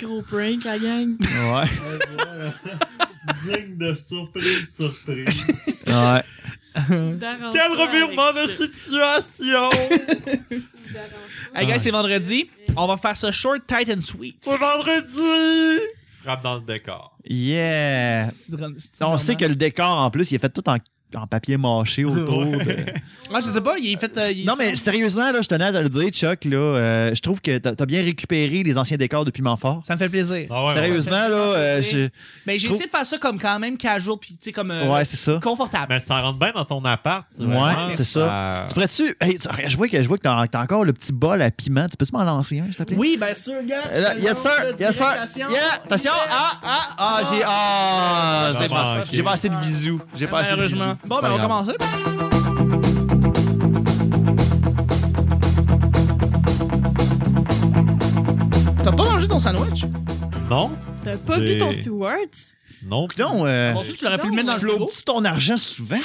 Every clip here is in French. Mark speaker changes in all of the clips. Speaker 1: Gros prank, la gang.
Speaker 2: Ouais.
Speaker 3: Ouais, voilà. Digne de surprise, surprise.
Speaker 2: Ouais.
Speaker 1: D'arranger
Speaker 4: Quel
Speaker 1: avec
Speaker 4: revirement de
Speaker 1: ça.
Speaker 4: situation!
Speaker 1: D'arranger.
Speaker 4: hey guys, c'est vendredi. On va faire ça short, tight and sweet. C'est vendredi!
Speaker 3: Frappe dans le décor.
Speaker 2: Yeah. On sait que le décor, en plus, il est fait tout en, en papier mâché autour. de-
Speaker 4: Ah, je sais pas, il est fait. euh, il est
Speaker 2: Non, mais sérieusement, là, je tenais à te le dire, Chuck, là, euh, je trouve que t'as as bien récupéré les anciens décors de Piment Fort.
Speaker 4: Ça me fait plaisir.
Speaker 3: Ah ouais, ouais.
Speaker 2: Sérieusement, là, euh, je-
Speaker 4: Mais j'ai
Speaker 2: Trouve-
Speaker 4: essayé de faire ça comme quand même casual, puis tu sais, comme. euh,
Speaker 2: ouais, c'est ça.
Speaker 4: Confortable.
Speaker 3: Mais ça rentre bien dans ton appart.
Speaker 2: Ouais, c'est ça. Tu pourrais-tu. Hey, tu- je vois que, je vois que t'as t'as encore le petit bol à piment. Tu peux-tu m'en lancer un, s'il te plaît?
Speaker 4: Oui, bien sûr, gars.
Speaker 2: Euh, là, yes, sir. Yes, sir. Yeah. Attention. Ah, ah, ah, j'ai. Ah,
Speaker 3: Ça
Speaker 2: j'ai pas-
Speaker 3: manque.
Speaker 2: j'ai pas assez de bisous. J'ai pas assez de bisous.
Speaker 4: Ah. Malheureusement. Bon,
Speaker 2: C'est
Speaker 4: ben,
Speaker 2: pas
Speaker 4: on
Speaker 2: grave.
Speaker 4: commence. T'as pas mangé ton sandwich?
Speaker 2: Euh,
Speaker 3: Non,
Speaker 1: T'as pas bu ton
Speaker 3: J'ai-
Speaker 1: Stewart?
Speaker 3: non.
Speaker 2: Non, euh,
Speaker 4: Bon, ça, tu l'aurais pu le
Speaker 1: Non,
Speaker 4: mettre dans
Speaker 2: tu
Speaker 4: le frigo.
Speaker 2: floues-tu ton argent souvent?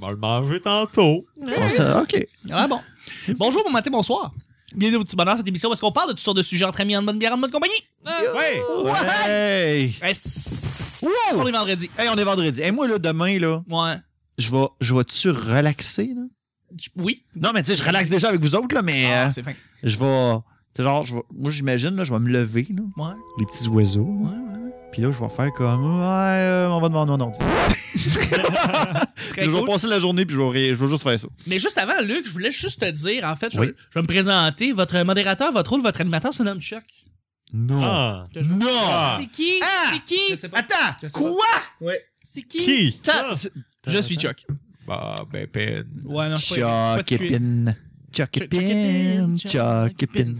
Speaker 3: On va le manger tantôt.
Speaker 2: Ah, ça, ok.
Speaker 4: Ah bon. Bonjour, bon matin, bonsoir. Bienvenue au petit bonheur cette émission où est-ce qu'on parle de toutes sortes de sujets entre amis, en bonne bière, en bonne compagnie.
Speaker 3: Ouais.
Speaker 2: Hey!
Speaker 4: Ouais, c'est-
Speaker 2: Wow.
Speaker 4: On est vendredi.
Speaker 2: Hey, on est vendredi. Et moi, là, demain, là,
Speaker 4: Ouais.
Speaker 2: je vais, je vais-tu relaxer, là?
Speaker 4: Tu- Oui.
Speaker 2: Non, mais tu sais, je relaxe déjà avec vous autres, là, mais
Speaker 4: Ah,
Speaker 2: euh,
Speaker 4: c'est fin.
Speaker 2: je vais. Tu sais, genre, je vais- moi, j'imagine, là, je vais me lever, là,
Speaker 4: Ouais.
Speaker 2: les petits oiseaux.
Speaker 4: Ouais, ouais. ouais.
Speaker 2: Puis là, je vais faire comme. Ouais, euh, on va demander mon ordi.
Speaker 4: Très
Speaker 2: Je vais
Speaker 4: cool.
Speaker 2: passer la journée, puis je vais, ré- je vais juste faire ça.
Speaker 4: Mais juste avant, Luc, je voulais juste te dire, en fait, je,
Speaker 2: Oui.
Speaker 4: je vais me présenter. Votre modérateur, votre rôle, votre animateur se nomme Chuck.
Speaker 2: Non!
Speaker 3: Ah,
Speaker 2: Non!
Speaker 3: Ah.
Speaker 1: C'est qui?
Speaker 2: Ah!
Speaker 1: C'est qui?
Speaker 2: Attends!
Speaker 4: Je sais
Speaker 2: Quoi?
Speaker 4: Ouais.
Speaker 1: C'est qui?
Speaker 3: qui
Speaker 2: Ça,
Speaker 3: ça?
Speaker 2: c'est-
Speaker 4: Je suis Chuck.
Speaker 3: Bah, ben, peine.
Speaker 4: Ouais, non, je suis pas- je
Speaker 2: Chuck
Speaker 4: suis pas
Speaker 2: et
Speaker 4: éduqué.
Speaker 2: pin. Chuck et
Speaker 4: Chuck et
Speaker 2: pin.
Speaker 4: pin,
Speaker 2: Chuck et pin.
Speaker 4: Et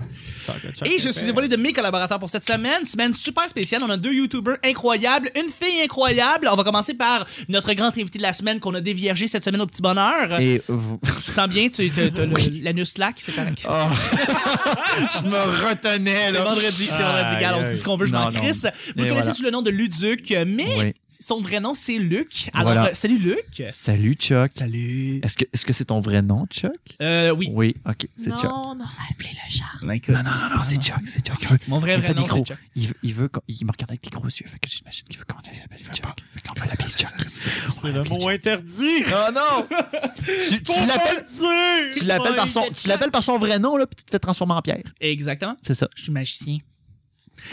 Speaker 4: Eh, je suis épaulé de mes collaborateurs pour cette semaine. Semaine super spéciale. On a deux YouTubers incroyables, une fille incroyable. On va commencer par notre grand invité de la semaine qu'on a déviergé cette semaine au petit bonheur.
Speaker 2: Et. vous-
Speaker 4: Tu te sens bien? Tu t'as- t'as le- l'anus slack, c'est correct.
Speaker 2: Oh. je me retenais,
Speaker 4: C'est
Speaker 2: là.
Speaker 4: vendredi, c'est
Speaker 3: Aïe,
Speaker 4: vendredi, gars. On se dit ce qu'on veut, je m'en
Speaker 2: non, non.
Speaker 4: crisse. Vous
Speaker 2: Et
Speaker 4: le connaissez
Speaker 2: voilà.
Speaker 4: sous le nom de Luduc, mais
Speaker 2: Oui.
Speaker 4: son vrai nom, c'est Luc. Alors,
Speaker 2: Voilà.
Speaker 4: euh, salut Luc.
Speaker 2: Salut, Chuck.
Speaker 4: Salut.
Speaker 2: Est-ce que est-ce que c'est ton vrai nom, Chuck?
Speaker 4: Euh, oui.
Speaker 2: Oui, ok, c'est
Speaker 1: Non,
Speaker 2: Chuck.
Speaker 1: non, appelez le chat.
Speaker 2: Oh. Non, non, non, non, c'est Chuck, c'est Chuck. Il veut-
Speaker 4: Mon vrai,
Speaker 2: il
Speaker 4: vrai
Speaker 2: fait des
Speaker 4: nom,
Speaker 2: gros.
Speaker 4: c'est Chuck.
Speaker 2: Il veut, il veut qu'on- il me regarde avec des gros yeux. Fait que j'imagine qu'il veut qu'on l'appelle Chuck. Fait qu'on va l'appeler Chuck.
Speaker 3: C'est le mot interdit.
Speaker 2: Oh non! tu tu
Speaker 3: Faut pas
Speaker 2: l'appelles.
Speaker 3: le dire!
Speaker 2: Tu l'appelles par son, tu l'appelles par son vrai nom là, puis tu te fais transformer en pierre.
Speaker 4: Exactement.
Speaker 2: C'est ça.
Speaker 4: Je suis magicien.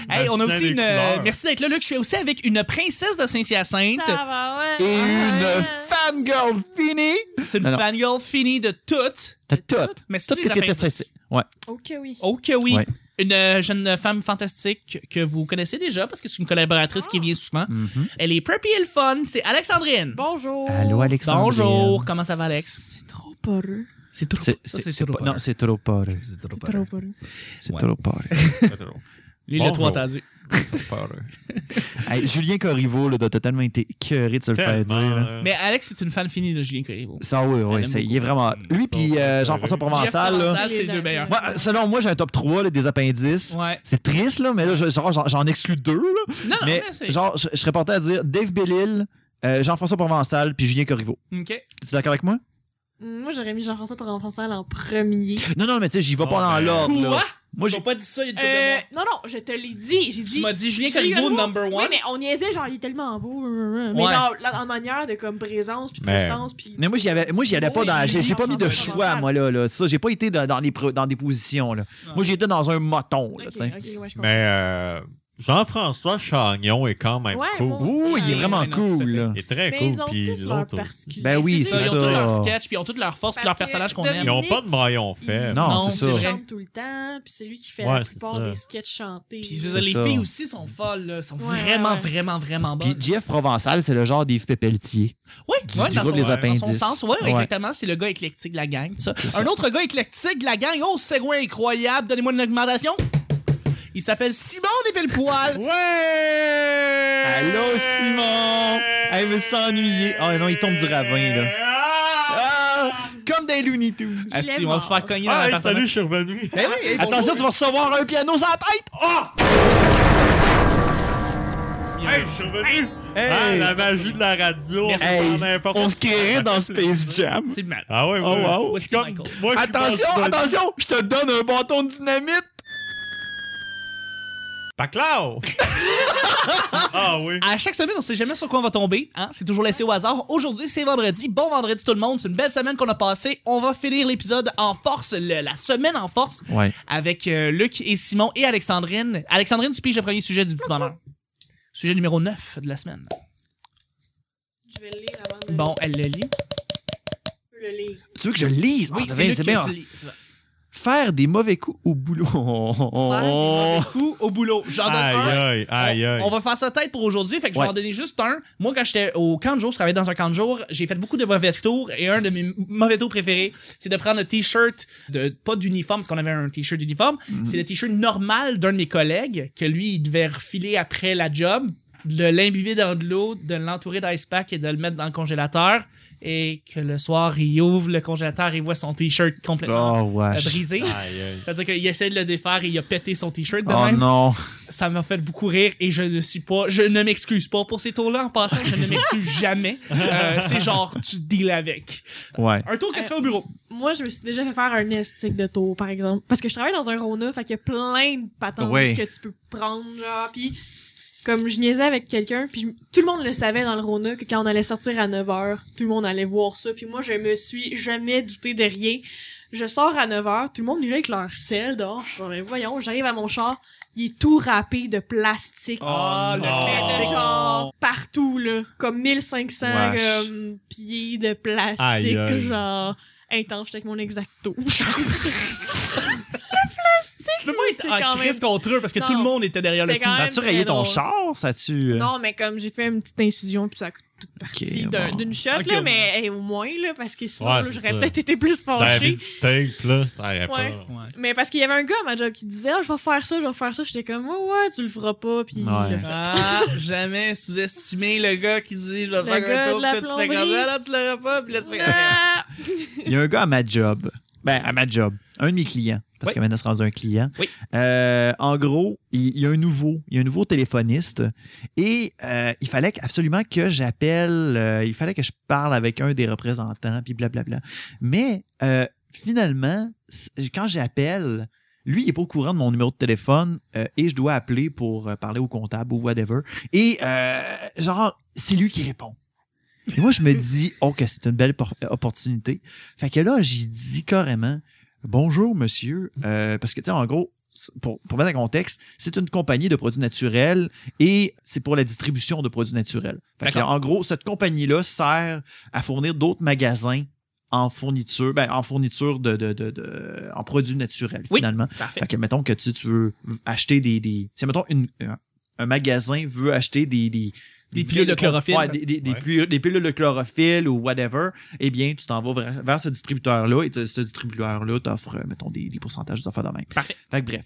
Speaker 4: Hey, on a
Speaker 3: Magicien
Speaker 4: aussi
Speaker 3: des
Speaker 4: une.
Speaker 3: couleurs.
Speaker 4: Merci d'être là, Luc. Je suis aussi avec une princesse de Saint-Hyacinthe.
Speaker 1: Tabarouette.
Speaker 2: Et
Speaker 1: Ah.
Speaker 2: une fangirl finie.
Speaker 4: C'est une
Speaker 2: Non, non.
Speaker 4: fangirl finie de toutes.
Speaker 2: T'as tout.
Speaker 4: Mais c'est
Speaker 2: Tout
Speaker 4: toutes
Speaker 2: ce
Speaker 4: les
Speaker 2: qui était
Speaker 4: appendices.
Speaker 2: stressé. Ouais.
Speaker 1: Ok, oui.
Speaker 4: Oh que oui.
Speaker 2: Ouais.
Speaker 4: Une euh, jeune femme fantastique que vous connaissez déjà parce que c'est une collaboratrice qui vient souvent.
Speaker 2: Mhm.
Speaker 4: Elle est preppy et le fun. C'est Alexandrine.
Speaker 1: Bonjour.
Speaker 2: Oh. Allô, Alexandre.
Speaker 4: Bonjour. Comment ça va, Alex?
Speaker 1: C'est trop poreux.
Speaker 4: C'est trop.
Speaker 2: C'est
Speaker 4: ça,
Speaker 2: c'est-
Speaker 4: c'est
Speaker 2: c'est
Speaker 4: trop.
Speaker 2: pas- Non, c'est trop peur.
Speaker 4: C'est trop.
Speaker 1: C'est trop poreux.
Speaker 2: C'est
Speaker 4: Ouais.
Speaker 2: trop peur.
Speaker 4: Lui, il a trop
Speaker 3: Bonjour.
Speaker 4: entendu.
Speaker 2: Hey, Julien Corriveau là, doit totalement été écœuré de se le faire dire. là.
Speaker 3: euh,
Speaker 4: Mais Alex, c'est une fan finie de Julien Corriveau.
Speaker 2: Ça, oui,
Speaker 4: Elle
Speaker 2: oui.
Speaker 4: aime
Speaker 2: c'est- Il
Speaker 4: beaucoup.
Speaker 2: est vraiment. Lui, puis euh, Jean-François Provençal,
Speaker 4: Jeff
Speaker 2: là.
Speaker 4: Provençal, c'est les deux meilleurs.
Speaker 2: Moi, euh, selon moi, j'ai un top 3 là, des appendices.
Speaker 4: Ouais.
Speaker 2: C'est triste, là, mais là, je- genre, j'en j'en exclue deux. Là.
Speaker 4: Non, non, mais,
Speaker 2: Mais,
Speaker 4: c'est.
Speaker 2: genre, je, je serais porté à dire Dave Bellil, euh, Jean-François Provençal, puis Julien Corriveau.
Speaker 4: Ok.
Speaker 2: Tu es d'accord avec moi?
Speaker 1: Hum, Moi, j'aurais mis Jean-François Provençal en premier.
Speaker 2: Non, non, mais tu sais, j'y vais
Speaker 3: Oh,
Speaker 2: pas dans
Speaker 3: ben,
Speaker 2: l'ordre. là.
Speaker 4: Quoi?
Speaker 2: Moi,
Speaker 4: tu
Speaker 2: j'ai-
Speaker 4: m'as pas dit ça il y a une couple de
Speaker 1: Euh,
Speaker 4: mois.
Speaker 1: non, non, je te l'ai dit. J'ai
Speaker 4: Tu
Speaker 1: dit.
Speaker 4: m'as dit Julien Corriveau,
Speaker 1: Corriveau,
Speaker 4: number one.
Speaker 1: Oui, mais on niaisait, genre, il est tellement beau. euh, euh, Mais
Speaker 4: Ouais.
Speaker 1: genre, la- en manière de comme présence, puis
Speaker 3: Mais-
Speaker 1: prestance, puis.
Speaker 2: Mais moi, j'y avais- moi, j'y allais pas
Speaker 4: C'est
Speaker 2: dans. J'ai
Speaker 4: Julien
Speaker 2: j'ai pas mis de
Speaker 1: Jean-François
Speaker 2: choix,
Speaker 1: Provençal.
Speaker 2: moi, là. là. Ça, j'ai pas été dans, dans les, pro- dans des positions, là.
Speaker 4: Ouais.
Speaker 2: Moi, j'étais dans un moton,
Speaker 1: Ok,
Speaker 2: là,
Speaker 1: ok,
Speaker 2: tu sais.
Speaker 1: ouais, je comprends.
Speaker 3: Mais euh, Jean-François Chagnon est quand même
Speaker 1: Ouais,
Speaker 3: cool.
Speaker 1: moi aussi.
Speaker 2: Ouh, il
Speaker 1: Ouais,
Speaker 2: est vraiment
Speaker 4: ouais, non, tout à
Speaker 2: cool,
Speaker 4: fait.
Speaker 2: là.
Speaker 3: Il est très
Speaker 1: Mais
Speaker 3: cool.
Speaker 1: ils ont
Speaker 3: puis
Speaker 1: tous leur
Speaker 3: l'autre aussi.
Speaker 1: particulier.
Speaker 2: Ben oui,
Speaker 4: ça,
Speaker 2: c'est
Speaker 4: Ils ont tous
Speaker 2: ça.
Speaker 4: leur sketch, puis ils ont toutes leur force, puis
Speaker 1: Parce
Speaker 4: leur
Speaker 1: que
Speaker 4: personnage qu'on
Speaker 1: Dominique-
Speaker 4: aime.
Speaker 3: Ils ont pas de maillon faible.
Speaker 2: Non,
Speaker 4: Non,
Speaker 2: c'est
Speaker 4: c'est
Speaker 2: ça.
Speaker 4: vrai.
Speaker 1: chante tout le temps, puis c'est lui qui fait
Speaker 3: Ouais,
Speaker 1: la
Speaker 3: c'est
Speaker 1: plupart
Speaker 3: ça.
Speaker 1: des sketchs chantés.
Speaker 4: Puis je veux dire, les
Speaker 2: C'est ça.
Speaker 4: filles aussi sont folles, là, sont
Speaker 1: Ouais,
Speaker 4: vraiment,
Speaker 1: ouais.
Speaker 4: vraiment, vraiment
Speaker 2: Puis
Speaker 4: bonnes.
Speaker 2: Jeff Provençal, c'est le genre d'Yves Pépelletier.
Speaker 4: Oui,
Speaker 2: du-
Speaker 4: ouais,
Speaker 2: du
Speaker 4: dans,
Speaker 2: groupe
Speaker 4: son,
Speaker 2: Les
Speaker 4: dans son
Speaker 2: Appendices.
Speaker 4: sens, ouais,
Speaker 2: Ouais.
Speaker 4: exactement. C'est le gars éclectique de la gang. tout Ça.
Speaker 2: C'est ça.
Speaker 4: Un autre gars éclectique de la gang, oh, segway incroyable, donnez-moi une augmentation. Il s'appelle Simon Dépelpoil.
Speaker 3: Ouais!
Speaker 2: Allô, Simon! Hey, mais c'est ennuyé. Oh non, il tombe du ravin, là.
Speaker 3: Ah!
Speaker 2: Ah! Comme des Looney Tunes.
Speaker 4: Ah,
Speaker 1: Il est
Speaker 4: si, on va se faire
Speaker 1: mort.
Speaker 4: cogner dans
Speaker 3: Ah, hey,
Speaker 4: l'appartement.
Speaker 3: salut, je suis revenu.
Speaker 4: Ben oui, hey, bonjour.
Speaker 2: Attention, tu vas recevoir un piano sur la tête! Oh!
Speaker 3: Hey, je suis revenu.
Speaker 2: Hey!
Speaker 3: Ah, la magie de la radio.
Speaker 4: Merci.
Speaker 2: Hey,
Speaker 3: c'est n'importe
Speaker 2: on
Speaker 3: quoi.
Speaker 2: se créerait dans Space Jam.
Speaker 4: C'est mal.
Speaker 3: Ah ouais,
Speaker 2: Oh,
Speaker 3: ouais.
Speaker 2: wow.
Speaker 4: Où est-ce que
Speaker 3: Comme-
Speaker 4: Michael?
Speaker 3: moi, je suis
Speaker 2: Attention,
Speaker 3: pas-
Speaker 2: attention, je te donne un bâton de dynamite.
Speaker 5: Paclao!
Speaker 3: Ah oui.
Speaker 4: À chaque semaine, on sait jamais sur quoi on va tomber. hein. C'est toujours laissé au hasard. Aujourd'hui, c'est vendredi. Bon vendredi tout le monde. C'est une belle semaine qu'on a passée. On va finir l'épisode en force, le- la semaine en force,
Speaker 2: Ouais.
Speaker 4: avec euh, Luc et Simon et Alexandrine. Alexandrine, tu piges le premier sujet du petit bonheur. Sujet numéro 9 de la semaine.
Speaker 1: Je vais le lire avant de
Speaker 4: Bon, elle le lit.
Speaker 1: Je peux le lire.
Speaker 2: Tu veux que je lise?
Speaker 4: Oui,
Speaker 2: Ah,
Speaker 4: c'est
Speaker 2: ben,
Speaker 4: Luc qui
Speaker 2: bien.
Speaker 4: le lit.
Speaker 2: Faire des mauvais coups au boulot.
Speaker 4: Faire des mauvais coups au boulot. J'en donne
Speaker 5: Aïe,
Speaker 4: un.
Speaker 5: aïe, aïe, aïe.
Speaker 4: On, on va faire ça tête pour aujourd'hui, fait que je vais
Speaker 2: Ouais.
Speaker 4: en donner juste un. Moi, quand j'étais au camp de jour, je travaillais dans un camp de jour, j'ai fait beaucoup de mauvais tours et un de mes mauvais tours préférés, c'est de prendre un t-shirt de pas d'uniforme parce qu'on avait un t-shirt d'uniforme,
Speaker 2: Mhm.
Speaker 4: c'est le t-shirt normal d'un de mes collègues que lui il devait refiler après la job, de l'imbiber dans de l'eau, de l'entourer d'ice pack et de le mettre dans le congélateur et que le soir il ouvre le congélateur et voit son t-shirt complètement
Speaker 2: Oh,
Speaker 4: euh,
Speaker 2: wesh.
Speaker 4: brisé.
Speaker 5: Aïe, aïe.
Speaker 4: C'est-à-dire qu'il essaie de le défaire et il a pété son t-shirt de
Speaker 2: Oh
Speaker 4: même
Speaker 2: non.
Speaker 4: ça m'a fait beaucoup rire et je ne suis pas, je ne m'excuse pas pour ces tours-là. En passant, je ne m'excuse jamais. Euh, c'est genre, tu deals avec.
Speaker 2: Ouais.
Speaker 4: Un tour que tu fais au bureau.
Speaker 1: Moi, je me suis déjà fait faire un estique de tour, par exemple. Parce que je travaille dans un Rona, fait qu'il y a plein de patentes
Speaker 2: Oui.
Speaker 1: que tu peux prendre, genre, pis comme je niaisais avec quelqu'un, puis je- tout le monde le savait dans le Rona que quand on allait sortir à 9h, tout le monde allait voir ça, puis moi, je me suis jamais douté de rien. Je sors à 9h, tout le monde est avec leur sel dehors, je suis genre, mais voyons, j'arrive à mon char, il est tout râpé de plastique.
Speaker 4: Ah, le
Speaker 5: non.
Speaker 1: C'est genre partout là, comme 1500
Speaker 2: Wesh.
Speaker 1: comme, pieds de plastique
Speaker 5: Aïe, aïe.
Speaker 1: genre intense j'étais avec mon exacto.
Speaker 4: Tu peux pas être
Speaker 1: C'est
Speaker 4: en
Speaker 1: quand
Speaker 4: crise
Speaker 1: même-
Speaker 4: Ah, contre eux parce que tout le
Speaker 1: Non.
Speaker 4: monde était derrière le
Speaker 1: C'était
Speaker 4: coup.
Speaker 1: quand même
Speaker 2: Ça-tu
Speaker 1: très
Speaker 2: rayé ton
Speaker 1: drôle.
Speaker 2: char? Ça euh, tu.
Speaker 1: Non, mais comme j'ai fait une petite incision puis ça a toute partie
Speaker 2: Ok,
Speaker 1: d'un-
Speaker 2: bon.
Speaker 1: d'une shot
Speaker 4: Ok,
Speaker 1: là,
Speaker 4: au
Speaker 1: mais hey, au moins là parce que sinon
Speaker 5: Ouais,
Speaker 1: là,
Speaker 5: c'est
Speaker 1: j'aurais
Speaker 5: ça.
Speaker 1: peut-être été plus
Speaker 5: Ça avait
Speaker 1: fâchée.
Speaker 5: du tape, là. Ça aurait
Speaker 1: Ouais.
Speaker 5: pas.
Speaker 4: Ouais.
Speaker 1: Mais parce qu'il y avait un gars à ma job qui disait "Ah, je vais faire ça, je vais faire ça." J'étais comme "Ouais, ouais, tu le feras pas." Puis il
Speaker 2: Ouais.
Speaker 1: l'a fait.
Speaker 4: Ah, jamais sous-estimer le gars qui dit je vais
Speaker 1: Le gars
Speaker 4: faire un
Speaker 1: de
Speaker 4: tour,
Speaker 1: la
Speaker 4: puis là, tu fais comme Ah,
Speaker 1: plomberie.
Speaker 4: là, là, tu l'auras pas, puis là, tu fais comme
Speaker 1: Ah!
Speaker 2: Il y a un gars à ma job. Ben, à ma job. Un de mes clients. Parce
Speaker 4: Oui.
Speaker 2: que maintenant, c'est rendu un client.
Speaker 4: Oui.
Speaker 2: Euh, en gros, il, il y a un nouveau. Il y a un nouveau téléphoniste. Et euh, il fallait que- absolument que j'appelle. euh, il fallait que je parle avec un des représentants, puis blablabla. Mais euh, finalement, c- quand j'appelle, lui, il n'est pas au courant de mon numéro de téléphone euh, et je dois appeler pour euh, parler au comptable ou whatever. Et euh, genre, c'est lui qui répond. Et moi, je me dis, oh, que c'est une belle por- opportunité. Fait que là, j'ai dit carrément, bonjour, monsieur, Euh, parce que, tu sais, en gros, c'est- pour, pour mettre en contexte, c'est une compagnie de produits naturels et c'est pour la distribution de produits naturels. Fait que,
Speaker 4: D'accord.
Speaker 2: en gros, cette compagnie-là sert à fournir d'autres magasins en fourniture, ben, en fourniture de, de, de, de- en produits naturels,
Speaker 4: Oui.
Speaker 2: finalement.
Speaker 4: Parfait.
Speaker 2: Fait que, mettons que tu, tu veux acheter des. des si, mettons, une, un, un magasin veut acheter des. Des,
Speaker 4: Des pilules de chlorophylle.
Speaker 2: Ouais, des, des, des
Speaker 5: Ouais.
Speaker 2: pilules- des pilules de chlorophylle ou whatever. Eh bien, tu t'en vas vers, vers ce distributeur-là et ce ce distributeur-là t'offre, euh, mettons, des, des pourcentages d'affaires de même.
Speaker 4: Parfait.
Speaker 2: Fait que, bref.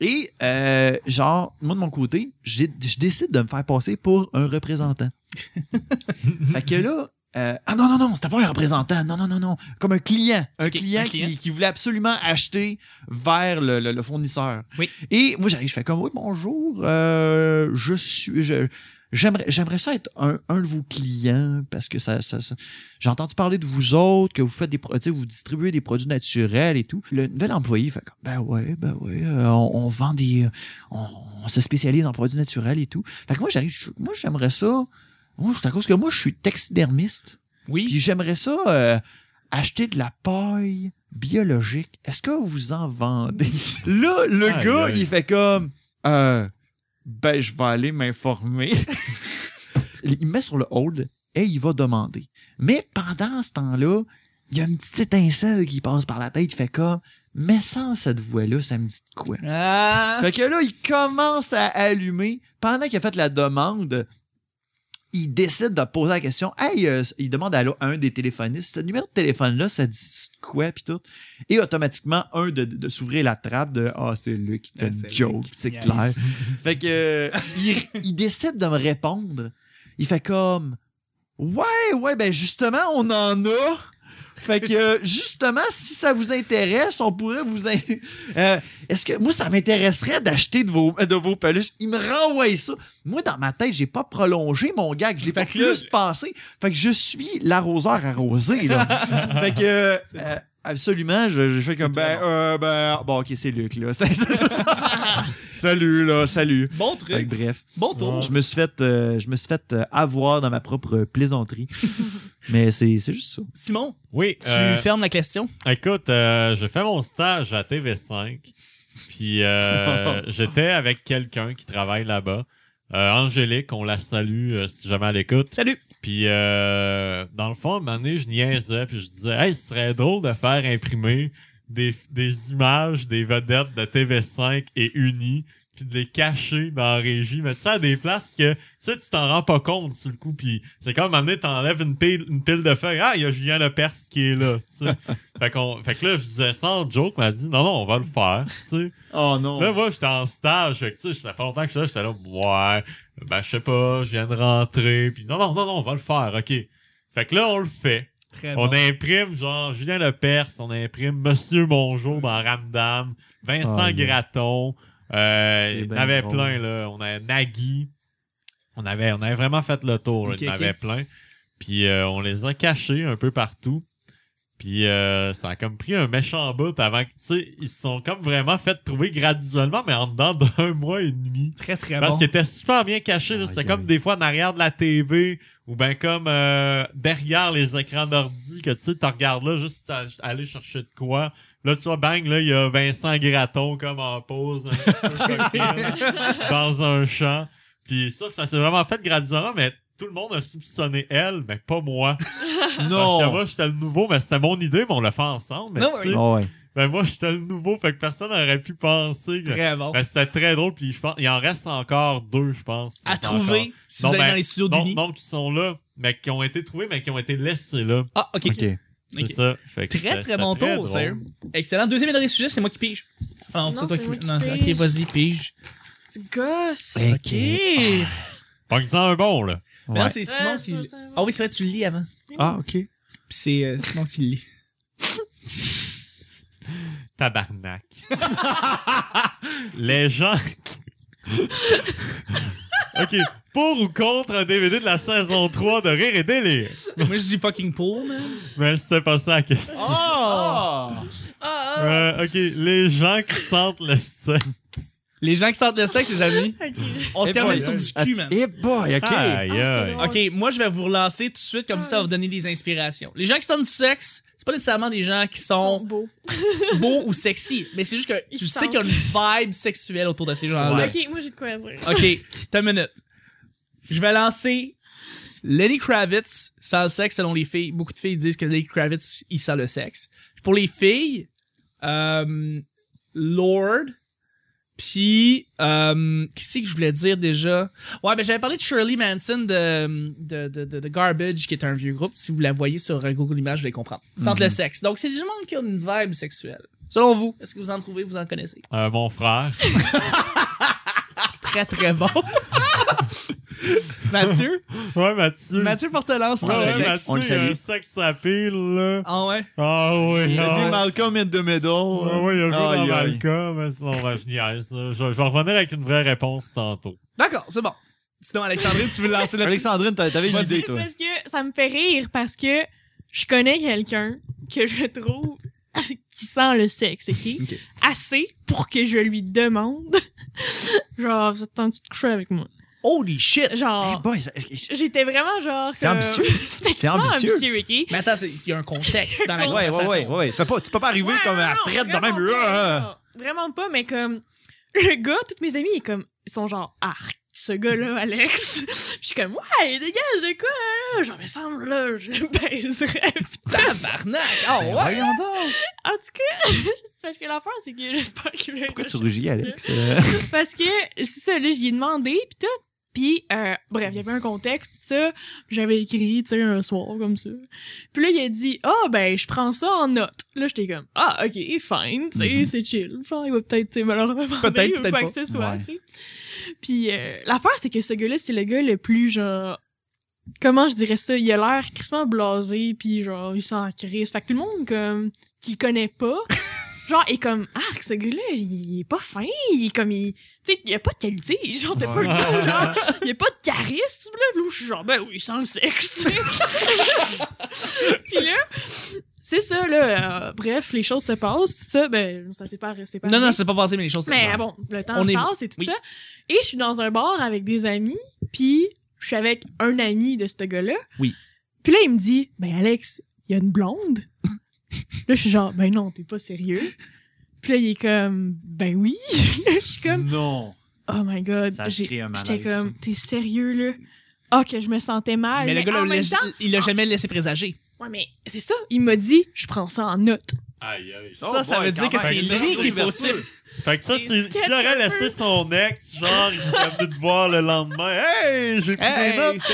Speaker 2: Et, euh, genre, moi, de mon côté, j'ai- je décide de me faire passer pour un représentant.
Speaker 4: Mm-hmm,
Speaker 2: fait que là. euh, ah non, non, non, c'était pas un représentant. Non, non, non, non. Comme un client. Un
Speaker 4: Ok,
Speaker 2: client,
Speaker 4: un client.
Speaker 2: Qui, qui voulait absolument acheter vers le, le- le fournisseur.
Speaker 4: Oui.
Speaker 2: Et moi, j'arrive, je fais comme, oui, bonjour, euh, je suis, je- j'aimerais, j'aimerais ça être un, un de vos clients parce que ça, ça, ça- j'ai entendu parler de vous autres, que vous faites des, pro- tu sais, vous distribuez des produits naturels et tout. Le nouvel employé fait comme, ben ouais, ben ouais, euh, on, on vend des, on, on se spécialise en produits naturels et tout. Fait que moi, j'arrive, je- moi, j'aimerais ça, moi, c'est à cause que moi, je suis taxidermiste. Puis
Speaker 4: Oui.
Speaker 2: j'aimerais ça euh, acheter de la paille biologique. Est-ce que vous en vendez? Là, le
Speaker 5: Aïe,
Speaker 2: gars,
Speaker 5: aïe.
Speaker 2: il fait comme euh, Ben, je vais aller m'informer. il me met sur le hold et il va demander. Mais pendant ce temps-là, il y a une petite étincelle qui passe par la tête. Il fait comme Mais sans cette voix-là, ça me dit de quoi?
Speaker 4: Ah.
Speaker 2: Fait que là, il commence à allumer. Pendant qu'il a fait la demande, il décide de poser la question. Hey, euh, il demande à un des téléphonistes, ce numéro de téléphone-là, ça dit quoi, puis tout. Et automatiquement, un de, de s'ouvrir la trappe de Ah, c'est lui qui fait
Speaker 4: Ah,
Speaker 2: une
Speaker 4: c'est lui
Speaker 2: joke,
Speaker 4: qui
Speaker 2: c'est
Speaker 4: niaise.
Speaker 2: clair. fait que, euh, il, il décide de me répondre. Il fait comme Ouais, ouais, ben justement, on en a. Fait que, euh, justement, si ça vous intéresse, on pourrait vous. in- Euh, Est-ce que moi, ça m'intéresserait d'acheter de vos, euh, de vos peluches? Il me renvoie ça. Moi, dans ma tête, j'ai pas prolongé mon gag. Je l'ai pas
Speaker 4: Fait que là,
Speaker 2: plus pensé. Fait que je suis l'arroseur arrosé, là. fait que, euh, euh, absolument, je, je fais
Speaker 4: C'est
Speaker 2: comme,
Speaker 4: très
Speaker 2: ben, euh, ben, bon, ok, c'est Luc, là. C'est- c'est- c'est- Salut, là, salut.
Speaker 4: Bon
Speaker 2: Fait
Speaker 4: truc.
Speaker 2: que bref,
Speaker 4: Bon tour.
Speaker 2: je me suis fait, euh, je me suis fait euh, avoir dans ma propre plaisanterie. Mais c'est c'est juste ça.
Speaker 4: Simon,
Speaker 3: Oui,
Speaker 4: tu
Speaker 3: euh,
Speaker 4: fermes la question.
Speaker 3: écoute, euh, j'ai fait mon stage à TV5. Puis euh, j'étais avec quelqu'un qui travaille là-bas. Euh, Angélique, on la salue euh, si jamais elle écoute.
Speaker 4: Salut.
Speaker 3: Puis euh, dans le fond, à un moment donné, je niaisais. Puis je disais, hey, ce serait drôle de faire imprimer des, des images des vedettes de TV5 et Uni. Puis de les cacher dans la régie. Mais tu sais, à des places que tu sais, tu t'en rends pas compte sur le coup. Puis c'est comme à un moment donné, t'enlèves une pile, une pile de feuilles. Ah, il y a Julien Lepers qui est là. tu sais. fait, qu'on, fait que là, je disais, sans joke, m'a dit, non, non, on va le faire. tu sais.
Speaker 2: Oh non.
Speaker 3: Là, moi, j'étais en stage, fait que ça, ça fait longtemps que je suis là, j'étais là, ouais, ben, je sais pas, je viens de rentrer, puis non, non, non, non, on va le faire, ok. Fait que là, on le fait.
Speaker 4: Très
Speaker 3: On imprime, genre, Julien Lepers, on imprime Monsieur Mongeau dans Ramdam, Vincent
Speaker 2: Ah, yeah.
Speaker 3: Gratton, euh,
Speaker 2: C'est
Speaker 3: il y en
Speaker 2: ben
Speaker 3: avait
Speaker 2: drôle.
Speaker 3: plein, là, on avait Nagui, on avait, on avait vraiment fait le tour, là.
Speaker 4: Ok,
Speaker 3: il y en
Speaker 4: ok.
Speaker 3: avait plein. Puis euh, on les a cachés un peu partout. Puis euh, ça a comme pris un méchant bout avant que, tu sais, ils se sont comme vraiment fait trouver graduellement, mais en dedans d'un mois et demi.
Speaker 4: Très, très
Speaker 3: Parce
Speaker 4: Ah bon.
Speaker 3: qu'ils étaient super bien cachés. là.
Speaker 2: Aïe,
Speaker 3: C'était
Speaker 2: aïe.
Speaker 3: comme des fois en arrière de la TV ou ben comme euh, derrière les écrans d'ordi que tu sais, tu regardes là juste à- aller chercher de quoi. Là, tu vois, bang, là, il y a Vincent Gratton comme en pause, un petit peu coquine, dans un champ. Puis ça, ça s'est vraiment fait graduellement, mais tout le monde a soupçonné elle, mais pas moi. Parce que
Speaker 2: non.
Speaker 3: moi, j'étais le nouveau, mais c'était mon idée, mais on l'a fait ensemble. Mais
Speaker 4: Non,
Speaker 3: tu sais,
Speaker 2: Ah ouais.
Speaker 3: ben moi, j'étais le nouveau, fait que personne n'aurait pu penser. que-
Speaker 4: Très bon.
Speaker 3: ben, c'était très drôle, puis je pense, il en reste encore deux, je pense.
Speaker 4: À
Speaker 3: Encore.
Speaker 4: trouver si
Speaker 3: Non,
Speaker 4: vous allez
Speaker 3: ben,
Speaker 4: dans les studios
Speaker 3: Non,
Speaker 4: d'Uni.
Speaker 3: non, qui sont là, mais qui ont été trouvés, mais qui ont été laissés là.
Speaker 4: Ah, ok.
Speaker 2: Ok.
Speaker 3: C'est
Speaker 4: Ok.
Speaker 3: ça. Fait que
Speaker 4: Très,
Speaker 3: c'était-
Speaker 4: très bon
Speaker 3: c'était
Speaker 4: tour,
Speaker 3: Ben, drôle.
Speaker 4: sérieux. Excellent. Deuxième et dernier sujet, c'est moi qui pige. Ah,
Speaker 1: Non, c'est moi qui
Speaker 4: c'est-
Speaker 1: pige.
Speaker 4: Ok, vas-y, pige.
Speaker 1: Tu gosses.
Speaker 2: Hey,
Speaker 4: Ok. Mais
Speaker 3: Fait en un bon, là.
Speaker 4: non,
Speaker 2: Ouais.
Speaker 4: c'est Simon
Speaker 1: Ah,
Speaker 4: qui.
Speaker 1: ça, c'est un-
Speaker 4: Ah oui, Ben, c'est vrai, tu le lis avant.
Speaker 2: Ah, ok.
Speaker 4: Puis c'est euh, Simon qui le lit.
Speaker 3: Tabarnak. Les gens. ok. Pour ou contre un DVD de la saison 3 de Rire et Délire?
Speaker 4: Moi, je dis fucking pour, man.
Speaker 3: Mais c'est pas ça la question.
Speaker 4: Oh!
Speaker 1: Ah,
Speaker 3: Euh, ok. Les gens qui sentent le sexe.
Speaker 4: Les gens qui sortent de sexe, les amis,
Speaker 1: ah. Ok.
Speaker 4: on
Speaker 2: Eh
Speaker 4: termine
Speaker 2: boy.
Speaker 4: sur du cul, man.
Speaker 2: Eh boy, ok.
Speaker 3: Aïe,
Speaker 1: Ah, c'est
Speaker 3: aïe.
Speaker 1: drôle.
Speaker 4: OK, moi, je vais vous relancer tout de suite, comme ça, ça va vous donner des inspirations. Les gens qui sont du sexe, c'est pas nécessairement des gens qui
Speaker 1: Ils sont
Speaker 4: sont
Speaker 1: beaux.
Speaker 4: beaux ou sexy, mais c'est juste que tu
Speaker 1: Ils
Speaker 4: sais qu'il y a une vibe sexuelle autour de ces gens-là.
Speaker 1: Ok, moi j'ai de quoi à dire.
Speaker 4: OK, t'as une minute. Je vais lancer Lenny Kravitz sans le sexe, selon les filles. Beaucoup de filles disent que Lenny Kravitz, il sent le sexe. Pour les filles, euh, Lord, puis, euh, qui c'est que je voulais dire déjà? Ouais, ben j'avais parlé de Shirley Manson de, de, de, de- de Garbage, qui est un vieux groupe. Si vous la voyez sur euh, Google Images, vous allez comprendre. Sente le sexe. Donc, c'est du monde qui a une vibe sexuelle. Selon vous, est-ce que vous en trouvez, vous en connaissez?
Speaker 3: Euh, mon frère.
Speaker 4: Très, très bon. Mathieu?
Speaker 3: Ouais, Mathieu.
Speaker 4: Mathieu Portelance,
Speaker 3: Ouais,
Speaker 4: sans
Speaker 2: on
Speaker 4: le
Speaker 2: le
Speaker 3: ouais,
Speaker 4: sexe.
Speaker 2: On le
Speaker 3: Mathieu,
Speaker 2: salue.
Speaker 3: il y a un sexe à pile, là.
Speaker 4: Ah ouais?
Speaker 3: Ah oui,
Speaker 2: Il a
Speaker 3: ah
Speaker 2: vu
Speaker 3: ouais.
Speaker 2: Malcolm in the Middle.
Speaker 3: Ah oui, il y a le gars
Speaker 2: Aïe,
Speaker 3: dans
Speaker 2: aïe.
Speaker 3: Malcolm. mais Sinon, ben, je niaise. là. Je, je vais revenir avec une vraie réponse tantôt.
Speaker 4: D'accord, c'est bon. Sinon, Alexandrine, tu veux le lancer là-dessus?
Speaker 2: Alexandrine, t'a- t'avais une
Speaker 4: Vas-y.
Speaker 2: idée,
Speaker 1: C'est
Speaker 2: toi. Eh
Speaker 1: parce que ça me fait rire parce que je connais quelqu'un que je trouve qui sent le sexe, ok?
Speaker 4: Ok.
Speaker 1: Assez pour que je lui demande. genre, ça te tente de coucher avec moi?
Speaker 4: Holy shit!
Speaker 2: Eh
Speaker 1: Genre,
Speaker 2: boy, ça- eh,
Speaker 1: j'étais vraiment genre.
Speaker 2: C'est
Speaker 1: comme-
Speaker 2: ambitieux.
Speaker 1: C'était
Speaker 2: C'est
Speaker 1: extrêmement
Speaker 2: ambitieux.
Speaker 1: ambitieux, ok?
Speaker 4: Mais attends, c'est- il y a un contexte dans la
Speaker 2: Ouais, ouais,
Speaker 4: conversation.
Speaker 2: ouais, ouais. Tu peux pas, tu peux pas arriver
Speaker 1: Ouais,
Speaker 2: comme
Speaker 1: non,
Speaker 2: à
Speaker 1: non,
Speaker 2: traite de
Speaker 1: vraiment
Speaker 2: même.
Speaker 1: pas,
Speaker 2: euh,
Speaker 1: non, Vraiment pas, mais comme le gars, tous mes amis, ils comme ils sont genre arc. Ce gars-là, Alex. je suis comme, ouais, dégage de quoi, là? Genre, me semble, là, je le baiserais.
Speaker 4: Tabarnak! Ah
Speaker 2: ben
Speaker 4: ouais!
Speaker 2: Voyons donc.
Speaker 1: En tout cas, c'est parce que l'affaire, c'est que j'espère qu'il va
Speaker 2: Pourquoi tu
Speaker 1: rechercher
Speaker 2: rougis,
Speaker 1: ça.
Speaker 2: Alex? Euh,
Speaker 1: Parce que, c'est ça, là, j'y ai demandé, pis tout. Puis, euh, bref, il y avait un contexte, tout ça. J'avais écrit, tu sais, un soir, comme ça. Puis là, il a dit, ah, ben, je prends ça en note. Là, j'étais comme, ah, ok, fine, tu sais,
Speaker 2: Mhm.
Speaker 1: c'est chill. Genre, il va peut-être, tu sais, me le redemander
Speaker 4: Mm-hmm. Peut-être,
Speaker 1: ou
Speaker 4: peut-être
Speaker 1: quoi
Speaker 4: pas.
Speaker 1: que ce soit,
Speaker 2: Ouais.
Speaker 1: tu sais. Puis, euh, l'affaire, c'est que ce gars-là, c'est le gars le plus, genre, comment je dirais ça, il a l'air crissement blasé, puis genre, il s'en crise. Fait que tout le monde, comme, qui le connaît pas, genre, est comme, ah, ce gars-là, il est pas fin, il est comme, il, tu sais, il a pas de qualité, genre, t'es pas le gars, genre, il a pas de charisme, là, Puis là, je suis genre, ben oui, sans le sexe, tu sais. Puis là, C'est ça, là. euh, bref, les choses se passent, tout ça. Ben, ça s'est pas resté pas.
Speaker 4: Non, non, c'est pas passé, mais les choses.
Speaker 1: Mais ah bon, le temps
Speaker 4: On est-
Speaker 1: passe et tout
Speaker 4: oui.
Speaker 1: ça. Et je suis dans un bar avec des amis, puis je suis avec un ami de ce gars-là.
Speaker 4: Oui.
Speaker 1: Puis là, il me dit, ben Alex, il y a une blonde. là, je suis genre, ben non, t'es pas sérieux. Puis là, il est comme, ben oui. Là, je suis comme,
Speaker 2: Non.
Speaker 1: oh my god.
Speaker 2: Ça a
Speaker 1: J'ai-
Speaker 2: créé un malaise.
Speaker 1: J'étais comme, t'es sérieux, là? Ah, que je me sentais mal.
Speaker 4: Mais le gars,
Speaker 1: en
Speaker 4: l'a-
Speaker 1: même temps,
Speaker 4: il l'a jamais laissé présager.
Speaker 1: ouais, mais c'est ça. Il m'a dit, je prends ça en note.
Speaker 3: Aïe, aïe.
Speaker 4: Ça, ça
Speaker 2: Oh boy,
Speaker 4: veut dire
Speaker 2: quand
Speaker 4: que c'est
Speaker 2: même.
Speaker 4: lui qui est
Speaker 2: Ouverture.
Speaker 4: fautif.
Speaker 3: Fait que ça,
Speaker 1: C'est
Speaker 3: c'est-
Speaker 1: sketch
Speaker 3: s'il aurait
Speaker 1: un
Speaker 3: laissé
Speaker 1: peu.
Speaker 3: son ex, genre, il serait venu te voir le lendemain. Hey, j'ai pris
Speaker 4: Hey,
Speaker 3: des notes.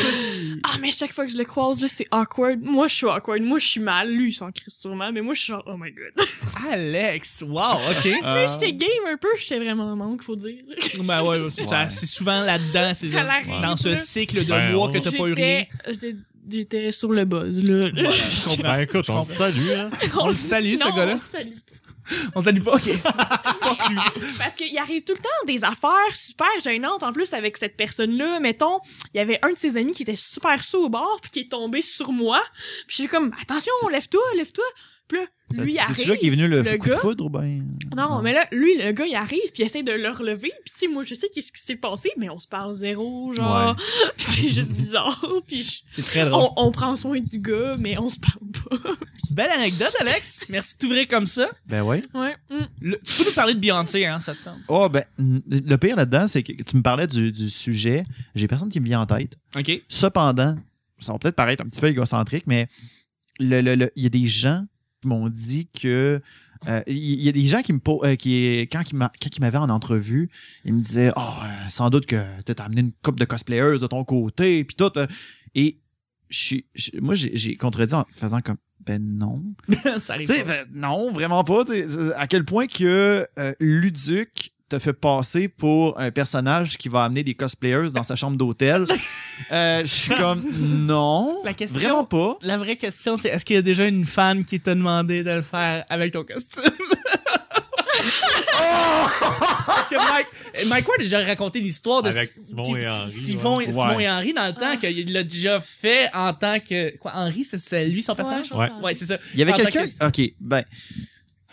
Speaker 1: Ah, mais chaque fois que je le croise, là, c'est awkward. Moi, je suis awkward. Moi, je suis mal. Lui, il s'en crie sûrement, mais moi, je suis genre, oh my
Speaker 4: Ah.
Speaker 1: god.
Speaker 4: Alex, wow, ok.
Speaker 2: Euh,
Speaker 1: Mais j'étais game un peu, j'étais vraiment en manque, faut dire.
Speaker 4: Ben ouais, c'est- ça-
Speaker 2: Ouais.
Speaker 4: c'est souvent là-dedans, c'est
Speaker 1: Ça l'arrive,
Speaker 4: dans ce
Speaker 1: là.
Speaker 4: cycle de
Speaker 3: Ben,
Speaker 4: mois
Speaker 3: on-
Speaker 4: que t'as pas
Speaker 1: J'étais-
Speaker 4: uriné.
Speaker 1: j'étais- J'étais sur le buzz, là.
Speaker 4: Voilà, je comprends.
Speaker 3: Ben écoute,
Speaker 4: Je
Speaker 3: on
Speaker 4: comprends.
Speaker 3: se salue, hein.
Speaker 4: On le salue, ce
Speaker 1: Non,
Speaker 4: gars-là.
Speaker 1: on le salue.
Speaker 4: On salue pas, ok. Fuck lui.
Speaker 1: Parce qu'il arrive tout le temps des affaires super gênantes en plus avec cette personne-là. Mettons, il y avait un de ses amis qui était super saoul au bord puis qui est tombé sur moi. Puis j'ai comme attention, lève-toi, lève-toi. Puis là, lui il
Speaker 2: C'est-
Speaker 1: arrive.
Speaker 2: C'est-tu là qui est venu le,
Speaker 1: le
Speaker 2: coup
Speaker 1: gars.
Speaker 2: de foudre ou ben?
Speaker 1: Non, mais là, lui, le gars, il arrive, puis il essaie de le relever, puis tu sais, moi, je sais qu'est-ce qui s'est passé, mais on se parle zéro, genre, Puis c'est juste bizarre, puis je-
Speaker 4: C'est très
Speaker 1: on, on prend soin du gars, mais on se parle
Speaker 4: Belle anecdote, Alex. Merci de t'ouvrir comme ça.
Speaker 2: Ben ouais.
Speaker 1: pas. Ouais. mm.
Speaker 4: Le- tu peux nous parler de Beyoncé, hein, septembre.
Speaker 2: Oh, ben, n- le pire là-dedans, c'est que tu me parlais du, du sujet. J'ai personne qui me vient en tête.
Speaker 4: OK.
Speaker 2: Cependant, ça va peut-être paraître un petit peu égocentrique, mais le- le- le- il y a des gens qui m'ont dit que. euh, Il il y a des gens qui me po- euh, qui quand ils m'a- quand ils m'avaient en entrevue, ils me disaient oh euh, sans doute que t'as amené une coupe de cosplayers de ton côté puis tout euh. et je suis- je- moi j'ai j'ai contredit en faisant comme ben non
Speaker 4: ça arrive.
Speaker 2: Tu sais,
Speaker 4: pas.
Speaker 2: ben, non, vraiment pas. tu sais, c'est- À quel point que euh, Luduc te fait passer pour un personnage qui va amener des cosplayers dans sa chambre d'hôtel. Euh, Je suis comme, non,
Speaker 4: La question-
Speaker 2: vraiment pas.
Speaker 4: La vraie question, c'est est-ce qu'il y a déjà une fan qui t'a demandé de le faire avec ton costume? Parce que Mike, Mike Ward a déjà raconté l'histoire de
Speaker 3: Avec
Speaker 4: S-
Speaker 3: Simon et Henry,
Speaker 4: Simon,
Speaker 3: ouais.
Speaker 4: Simon
Speaker 2: Ouais.
Speaker 4: et Henry dans le temps,
Speaker 1: Ah.
Speaker 4: qu'il l'a déjà fait en tant que. Quoi, Henry, c'est- c'est lui son personnage?
Speaker 1: Ouais, je pense
Speaker 4: Ouais, c'est ça.
Speaker 2: Il y avait
Speaker 4: En tant
Speaker 2: quelqu'un.
Speaker 4: que-
Speaker 2: Ok, ben.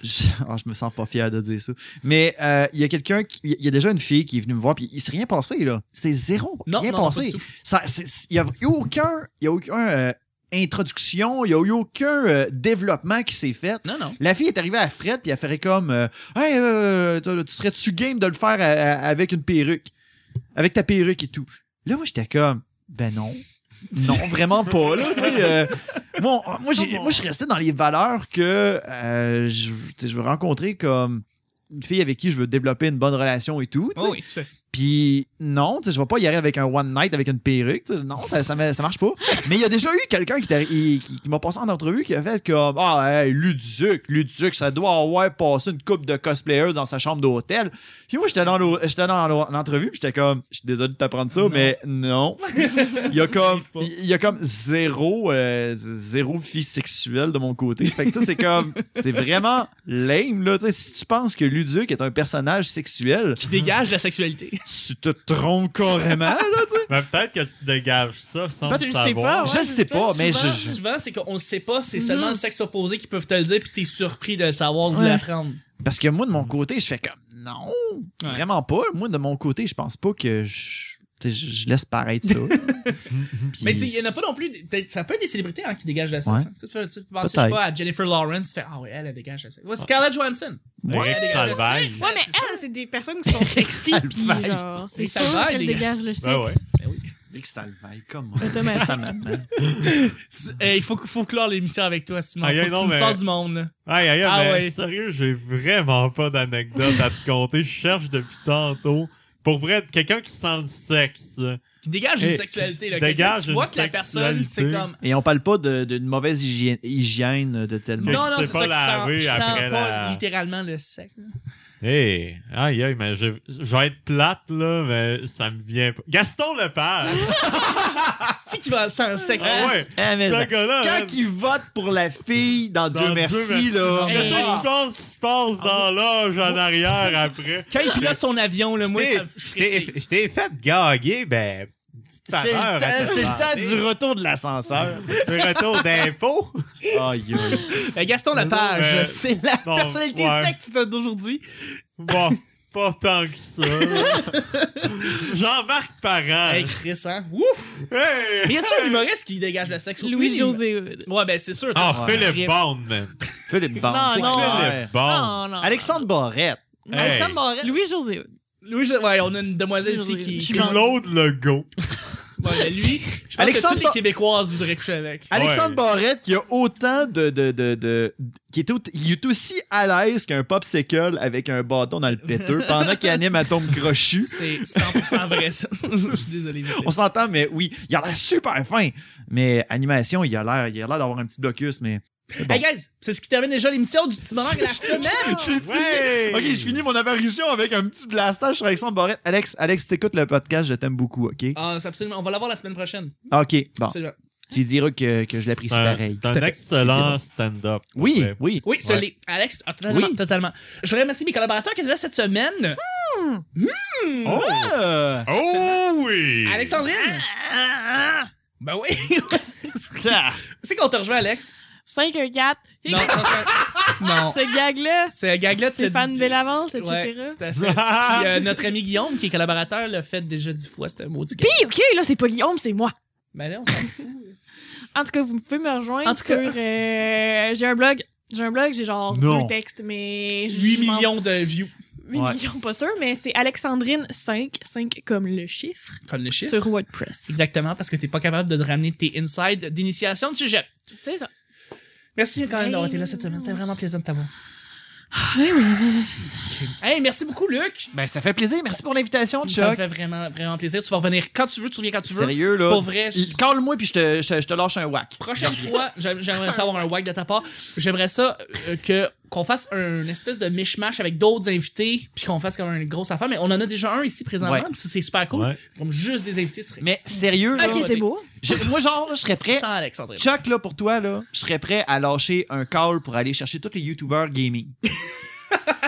Speaker 2: Je, oh, je me sens pas fier de dire ça. Mais euh, il y a quelqu'un, qui- il y a déjà une fille qui est venue me voir, puis il s'est rien passé, là. C'est zéro.
Speaker 4: Non,
Speaker 2: rien
Speaker 4: non, non, pas
Speaker 2: passé.
Speaker 4: du tout.
Speaker 2: Ça, c'est- c'est- Il n'y a eu aucun, il y a aucun euh, introduction, il n'y a eu aucun euh, développement qui s'est fait.
Speaker 4: Non, non.
Speaker 2: La fille est arrivée à Fred, puis elle ferait comme euh, Hey, euh, tu tu serais-tu game de le faire à- à- avec une perruque Avec ta perruque et tout. Là, moi, j'étais comme Ben non. Non, vraiment pas. Là, tu sais, euh, moi, on- moi, j'ai- moi, je suis resté dans les valeurs que euh, je, tu sais, je veux rencontrer comme une fille avec qui je veux développer une bonne relation et tout. tu sais.
Speaker 4: Oh, oui, tout à fait.
Speaker 2: Puis non, tu sais, je vais pas y aller avec un one night avec une perruque. tu sais. Non, ça, ça, me- ça marche pas. Mais il y a déjà eu quelqu'un qui, t'a- qui, qui- qui m'a passé en entrevue qui a fait comme Ah, hey, Luduc, Luduc, ça doit avoir passé une coupe de cosplayers dans sa chambre d'hôtel. Puis moi, j'étais dans l'au- j'étais dans l'au- l'entrevue, puis j'étais comme Je suis désolé de t'apprendre ça,
Speaker 4: Non.
Speaker 2: mais non. Il y a comme,
Speaker 4: Arrive pas.
Speaker 2: il y a comme zéro, euh, zéro fille sexuelle de mon côté. Fait que ça, c'est comme, c'est vraiment lame, là. Tu sais, si tu penses que Luduc est un personnage sexuel,
Speaker 4: Qui dégage la sexualité.
Speaker 2: tu te trompes carrément, là, tu sais.
Speaker 3: Mais Ben, peut-être que tu dégages ça sans
Speaker 1: Peut-être
Speaker 3: le
Speaker 1: tu le sais
Speaker 3: savoir.
Speaker 1: pas,
Speaker 2: Je sais pas, mais je.
Speaker 4: souvent,
Speaker 2: je-
Speaker 4: souvent, c'est qu'on le sait pas, c'est
Speaker 1: Mhm.
Speaker 4: seulement le sexe opposé qui peuvent te le dire, puis t'es surpris de le savoir ou de
Speaker 1: Ouais.
Speaker 4: l'apprendre.
Speaker 2: Parce que moi, de mon côté, je fais comme non,
Speaker 4: Ouais.
Speaker 2: vraiment pas. Moi, de mon côté, je pense pas que je, tu sais, je- je laisse paraître ça. Puis-
Speaker 4: Mais tu sais, il y en a pas non plus. peut-être- Ça peut être des célébrités hein, qui dégagent la sexe.
Speaker 2: Ouais.
Speaker 4: hein. Tu sais, tu peux- tu peux penser, je
Speaker 2: Peut-être.
Speaker 4: sais pas, à Jennifer Lawrence, tu fais Ah ouais, elle, elle dégage la sexe. Ouais, Scarlett Johansson.
Speaker 2: Ouais.
Speaker 4: Elle dégage le
Speaker 3: Salvaille.
Speaker 4: sexe.
Speaker 1: Ouais, mais
Speaker 4: c'est ça.
Speaker 1: elle, c'est des personnes qui sont sexy,
Speaker 2: Ça le
Speaker 1: puis
Speaker 2: vaille.
Speaker 1: genre, c'est
Speaker 4: Oui, ça
Speaker 1: sûr
Speaker 4: le vaille,
Speaker 1: qu'elle
Speaker 4: les gars.
Speaker 1: dégage le sexe.
Speaker 3: Ben ouais.
Speaker 4: Ben oui.
Speaker 2: Nick Salvaille, comment?
Speaker 1: Automatique.
Speaker 2: Ça maintenant.
Speaker 4: C'est- eh, Il faut, faut clore l'émission avec toi, Simon.
Speaker 3: Ah,
Speaker 4: faut
Speaker 3: yeah,
Speaker 4: que
Speaker 3: non,
Speaker 4: tu nous
Speaker 3: mais-
Speaker 4: sors du monde. là.
Speaker 3: Aïe, aïe, aïe,
Speaker 4: Ah
Speaker 3: mais
Speaker 4: ouais.
Speaker 3: sérieux, j'ai vraiment pas d'anecdote à te conter. Je cherche depuis tantôt. Pour vrai, quelqu'un qui sent le sexe.
Speaker 4: Qui dégage
Speaker 3: Eh,
Speaker 4: une sexualité. Là.
Speaker 3: qui dégage
Speaker 4: Quelqu'un, tu
Speaker 3: une
Speaker 4: vois que la personne, c'est
Speaker 3: sexualité.
Speaker 4: comme.
Speaker 2: Et on parle pas de- d'une mauvaise hygiène, hygiène de tellement.
Speaker 3: Mais
Speaker 4: Non,
Speaker 3: tu
Speaker 4: non,
Speaker 3: sais
Speaker 4: c'est ça
Speaker 3: pas
Speaker 4: qui sent,
Speaker 3: laver
Speaker 4: qui sent
Speaker 3: après
Speaker 4: pas
Speaker 3: la-
Speaker 4: littéralement le sexe. là.
Speaker 3: Hey, aïe, aïe, mais je, je vais être plate, là, mais ça me vient pas. Gaston Lepage!
Speaker 4: Ah, C'est qui va sans le sexe.
Speaker 3: ah ouais!
Speaker 2: Ah, mais ça-
Speaker 3: Ce gars-là,
Speaker 2: Quand il vote pour la fille dans,
Speaker 3: Dans
Speaker 2: Dieu,
Speaker 3: Dieu
Speaker 2: merci,
Speaker 3: merci.
Speaker 2: là.
Speaker 3: Mais
Speaker 1: Hey.
Speaker 3: ça, tu penses qu'il se passe dans l'âge en arrière après?
Speaker 4: Quand il pilote son avion, là, moi, ça me
Speaker 3: Je t'ai- je t'ai fait gaguer, ben,
Speaker 2: C'est le, temps- c'est le temps du retour de l'ascenseur.
Speaker 3: Le retour d'impôt.
Speaker 2: Aïe, aïe.
Speaker 4: Ben, Gaston Lepage,
Speaker 3: Non, mais-
Speaker 4: c'est la
Speaker 3: Non,
Speaker 4: personnalité
Speaker 3: ouais.
Speaker 4: secte d'aujourd'hui.
Speaker 3: Bon, pas tant que ça. Jean-Marc Parent.
Speaker 4: Hey, Chris, hein? Ouf!
Speaker 3: Hey!
Speaker 4: Mais y a-tu un humoriste qui dégage le sexe? Surtout les-
Speaker 1: Louis-José
Speaker 4: Ouais, ben c'est sûr.
Speaker 3: Ah,
Speaker 4: t'as-
Speaker 3: Philippe
Speaker 4: Philippe.
Speaker 3: Bond, man.
Speaker 2: Philippe Bond.
Speaker 1: Non,
Speaker 2: c'est
Speaker 1: non.
Speaker 2: clair.
Speaker 3: Philippe Bond.
Speaker 1: non.
Speaker 2: Alexandre Barrette.
Speaker 3: Hey.
Speaker 4: Alexandre Barrette.
Speaker 1: Louis-José
Speaker 4: Louis, je- ouais, on a une demoiselle ici
Speaker 1: Je
Speaker 4: qui.
Speaker 1: suis
Speaker 4: qui- Ouais,
Speaker 1: mort.
Speaker 3: Claude Legault.
Speaker 4: mais lui, je pense
Speaker 2: Alexandre
Speaker 4: que toutes
Speaker 2: Ba-
Speaker 4: les Québécoises voudraient coucher avec.
Speaker 2: Alexandre Barrette qui a autant de. de, de, de- qui est, au- il est aussi à l'aise qu'un popsicle avec un bâton dans le péteux pendant qu'il anime Atome Crochu.
Speaker 4: C'est 100% vrai, ça. Je suis désolé. mais c'est-
Speaker 2: On s'entend, mais oui, il a l'air super fin. Mais animation, il a l'air il a l'air d'avoir un petit blocus, mais.
Speaker 4: Hey, guys, c'est ce qui termine déjà l'émission du Petit Moment de la semaine.
Speaker 2: J'ai fini.
Speaker 3: Ouais.
Speaker 2: Ok, je finis mon apparition avec un petit blastage sur Alexandre Barrette. Alex, Alex, t'écoutes le podcast, je t'aime beaucoup, ok?
Speaker 4: Ah, c'est absolument. On va l'avoir la semaine prochaine.
Speaker 2: Ok, bon.
Speaker 4: Absolument.
Speaker 2: Tu diras que, que je l'apprécie
Speaker 3: C'est un,
Speaker 2: pareil.
Speaker 3: Euh, c'est un excellent stand-up.
Speaker 2: Oui,
Speaker 3: Ouais.
Speaker 2: oui.
Speaker 4: Oui, ça
Speaker 3: Ouais.
Speaker 4: l'est. Alex, ah, totalement,
Speaker 2: Oui.
Speaker 4: totalement. Je voudrais remercier mes collaborateurs qui étaient là cette semaine.
Speaker 3: Oh,
Speaker 2: Ah!
Speaker 3: oh oui!
Speaker 4: Alexandrine. Ben oui. c'est qu'on te rejoint, Alex.
Speaker 1: 5 1 4.
Speaker 4: Non, non. non.
Speaker 1: Ce gag-là,
Speaker 4: C'est un gag-là de
Speaker 1: Stéphane Bellavance,
Speaker 4: Ouais,
Speaker 1: etc.
Speaker 4: tout à fait. Puis, euh, notre ami Guillaume, qui est collaborateur, l'a fait déjà dix fois, c'était un maudit gag.
Speaker 1: Puis, ok, là, c'est pas Guillaume, c'est moi.
Speaker 4: Ben là, on s'en fout.
Speaker 1: En tout cas, vous pouvez me rejoindre
Speaker 4: En tout cas-
Speaker 1: sur. euh, j'ai un blog. J'ai un blog, j'ai genre
Speaker 2: Non.
Speaker 1: deux textes, mais. je
Speaker 4: 8
Speaker 1: m'en-
Speaker 4: millions de views.
Speaker 1: 8
Speaker 2: Ouais.
Speaker 1: millions, pas sûr, mais c'est Alexandrine 5, 5 comme le chiffre,
Speaker 4: Comme le chiffre.
Speaker 1: sur WordPress.
Speaker 4: Exactement, parce que t'es pas capable de te ramener tes insides d'initiation de sujet.
Speaker 1: C'est ça.
Speaker 4: Merci quand même d'avoir été là cette semaine. C'est vraiment plaisant de t'avoir. Ben oui, Hey, merci beaucoup, Luc.
Speaker 2: Ben, ça fait plaisir. Merci pour l'invitation,
Speaker 4: Ça me
Speaker 2: Chuck.
Speaker 4: fait vraiment, vraiment plaisir. Tu vas revenir quand tu veux, tu reviens quand tu veux.
Speaker 2: Sérieux, là.
Speaker 4: Pour vrai, je-
Speaker 2: Call-moi, puis je te, je te- je te lâche un whack.
Speaker 4: Prochaine fois, j'aim- j'aimerais ça avoir un wag de ta part. J'aimerais ça euh, que qu'on fasse un espèce de mishmash avec d'autres invités, puis qu'on fasse comme une grosse affaire. Mais on en a déjà un ici présentement,
Speaker 2: Ouais.
Speaker 4: puis ça, c'est super cool.
Speaker 3: Ouais.
Speaker 4: Comme juste des invités, ce serait
Speaker 2: Mais sérieux, là.
Speaker 1: Ah, Ok, c'est beau.
Speaker 2: je- moi, genre, là, je serais prêt.
Speaker 4: Sans Alexandre.
Speaker 2: Chuck, là, pour toi, là, je serais prêt à lâcher un call pour aller chercher tous les YouTubers gaming.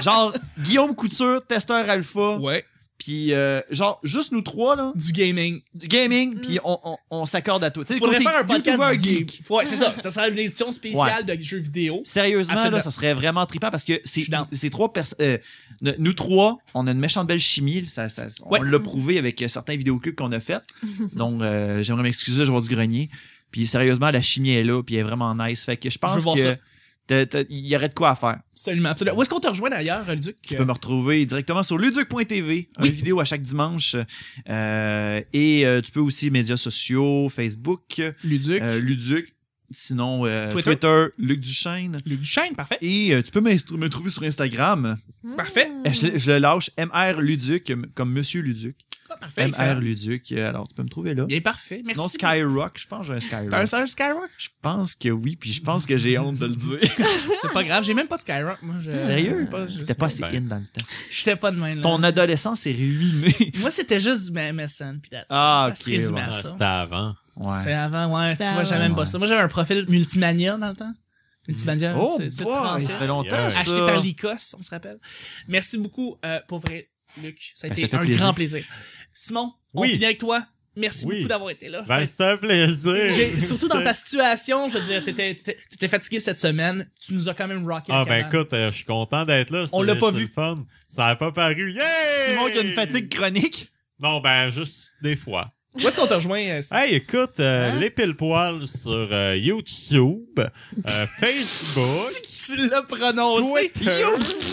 Speaker 2: genre, Guillaume Couture, testeur alpha,
Speaker 4: Ouais.
Speaker 2: puis euh, genre, juste nous trois, là,
Speaker 4: Du gaming.
Speaker 2: gaming,
Speaker 1: Mm.
Speaker 2: puis on, on- on s'accorde à tout. Tu sais,
Speaker 4: Faudrait
Speaker 2: côté
Speaker 4: faire un podcast
Speaker 2: YouTuber
Speaker 4: du
Speaker 2: geek.
Speaker 4: geek. Faut- Ouais, c'est ça. Ça serait une édition spéciale de jeux vidéo.
Speaker 2: Sérieusement,
Speaker 4: Absolument.
Speaker 2: là, ça serait vraiment trippant parce que c'est
Speaker 4: suis down.
Speaker 2: ces trois personnes. nous trois, on a une méchante belle chimie. Ça, ça-
Speaker 4: Ouais.
Speaker 2: On l'a prouvé avec euh, certains vidéoclips qu'on a fait. Donc, euh, j'aimerais m'excuser, je vois du grenier. Puis sérieusement, la chimie est là, puis elle est vraiment nice. Fait que je
Speaker 4: Je veux
Speaker 2: pense
Speaker 4: voir ça.
Speaker 2: que t'as- t'as- il y aurait de quoi à faire.
Speaker 4: Absolument, absolument. Où est-ce qu'on te rejoint d'ailleurs, Luc?
Speaker 2: Tu peux me retrouver directement sur luduc.tv,
Speaker 4: Oui.
Speaker 2: une vidéo à chaque dimanche. Euh, et euh, tu peux aussi médias sociaux, Facebook,
Speaker 4: Luduc.
Speaker 2: euh, Luduc, sinon euh,
Speaker 4: Twitter.
Speaker 2: Twitter, Luc Duchesne.
Speaker 4: Luc Duchesne, parfait.
Speaker 2: Et euh, tu peux m'instru- me trouver sur Instagram.
Speaker 4: Parfait. Eh,
Speaker 1: Mm.
Speaker 2: Euh, Je, le- je le lâche, MR Luduc, euh, comme Monsieur Luduc.
Speaker 4: Ah, parfait.
Speaker 2: MR Luduc. euh, Alors, tu peux me trouver là.
Speaker 4: Bien parfait. Merci.
Speaker 2: Sinon, Skyrock, je pense que j'ai un
Speaker 4: T'as un
Speaker 2: Skyrock.
Speaker 4: seul Skyrock?
Speaker 2: Je pense que oui, puis je pense que j'ai honte de le dire.
Speaker 4: C'est pas grave, j'ai même pas de Skyrock. Moi, je...
Speaker 2: Ah. Sérieux?
Speaker 4: C'est pas- je-
Speaker 2: T'étais pas assez
Speaker 3: Ben.
Speaker 2: in dans le temps.
Speaker 4: J'étais pas de même. là.
Speaker 2: Ton adolescence est ruinée.
Speaker 4: Moi, c'était juste ben, MSN. Puis that's it.
Speaker 2: Ah,
Speaker 4: ça se
Speaker 2: ok,
Speaker 4: résumait
Speaker 2: ouais.
Speaker 4: à
Speaker 3: Ah,
Speaker 4: ça.
Speaker 3: C'était avant.
Speaker 4: Ah, C'est
Speaker 2: Ouais.
Speaker 4: avant, ouais. Tu
Speaker 1: C'était
Speaker 4: vois, j'avais
Speaker 2: avant.
Speaker 4: même pas ça. Moi, j'avais un profil Multimania dans le temps. Multimania,
Speaker 2: Oh,
Speaker 4: c'est c'est
Speaker 2: boy,
Speaker 4: français.
Speaker 2: ça fait longtemps.
Speaker 3: Yeah.
Speaker 2: ça.
Speaker 4: Acheté par Lycos, on se rappelle. Merci beaucoup euh, pour vrai, Luc. Ça a
Speaker 2: Ben,
Speaker 4: été
Speaker 2: ça fait
Speaker 4: un
Speaker 2: plaisir.
Speaker 4: grand plaisir. Simon, on
Speaker 3: Oui.
Speaker 4: finit avec toi. Merci
Speaker 3: Oui.
Speaker 4: beaucoup d'avoir été là.
Speaker 3: Ben, c'était un plaisir.
Speaker 4: J'ai- surtout dans ta situation, je veux dire, t'étais, t'étais, t'étais fatigué cette semaine, tu nous as quand même rocké.
Speaker 3: Ah,
Speaker 4: la
Speaker 3: ben
Speaker 4: cabane.
Speaker 3: écoute, euh, je suis content d'être là.
Speaker 4: On
Speaker 3: C'est-
Speaker 4: l'a pas
Speaker 3: c'est
Speaker 4: vu.
Speaker 3: le fun. Ça a pas paru. Yeah!
Speaker 2: Simon qui a une fatigue chronique.
Speaker 3: Non, ben, juste des fois.
Speaker 4: Où est-ce qu'on te rejoint? euh,
Speaker 2: Ah,
Speaker 4: Simon?
Speaker 3: Hey, écoute, euh,
Speaker 4: Hein?
Speaker 3: les pile poils sur euh, YouTube, euh, Facebook,
Speaker 4: Si tu l'as prononcé.
Speaker 3: Twitter,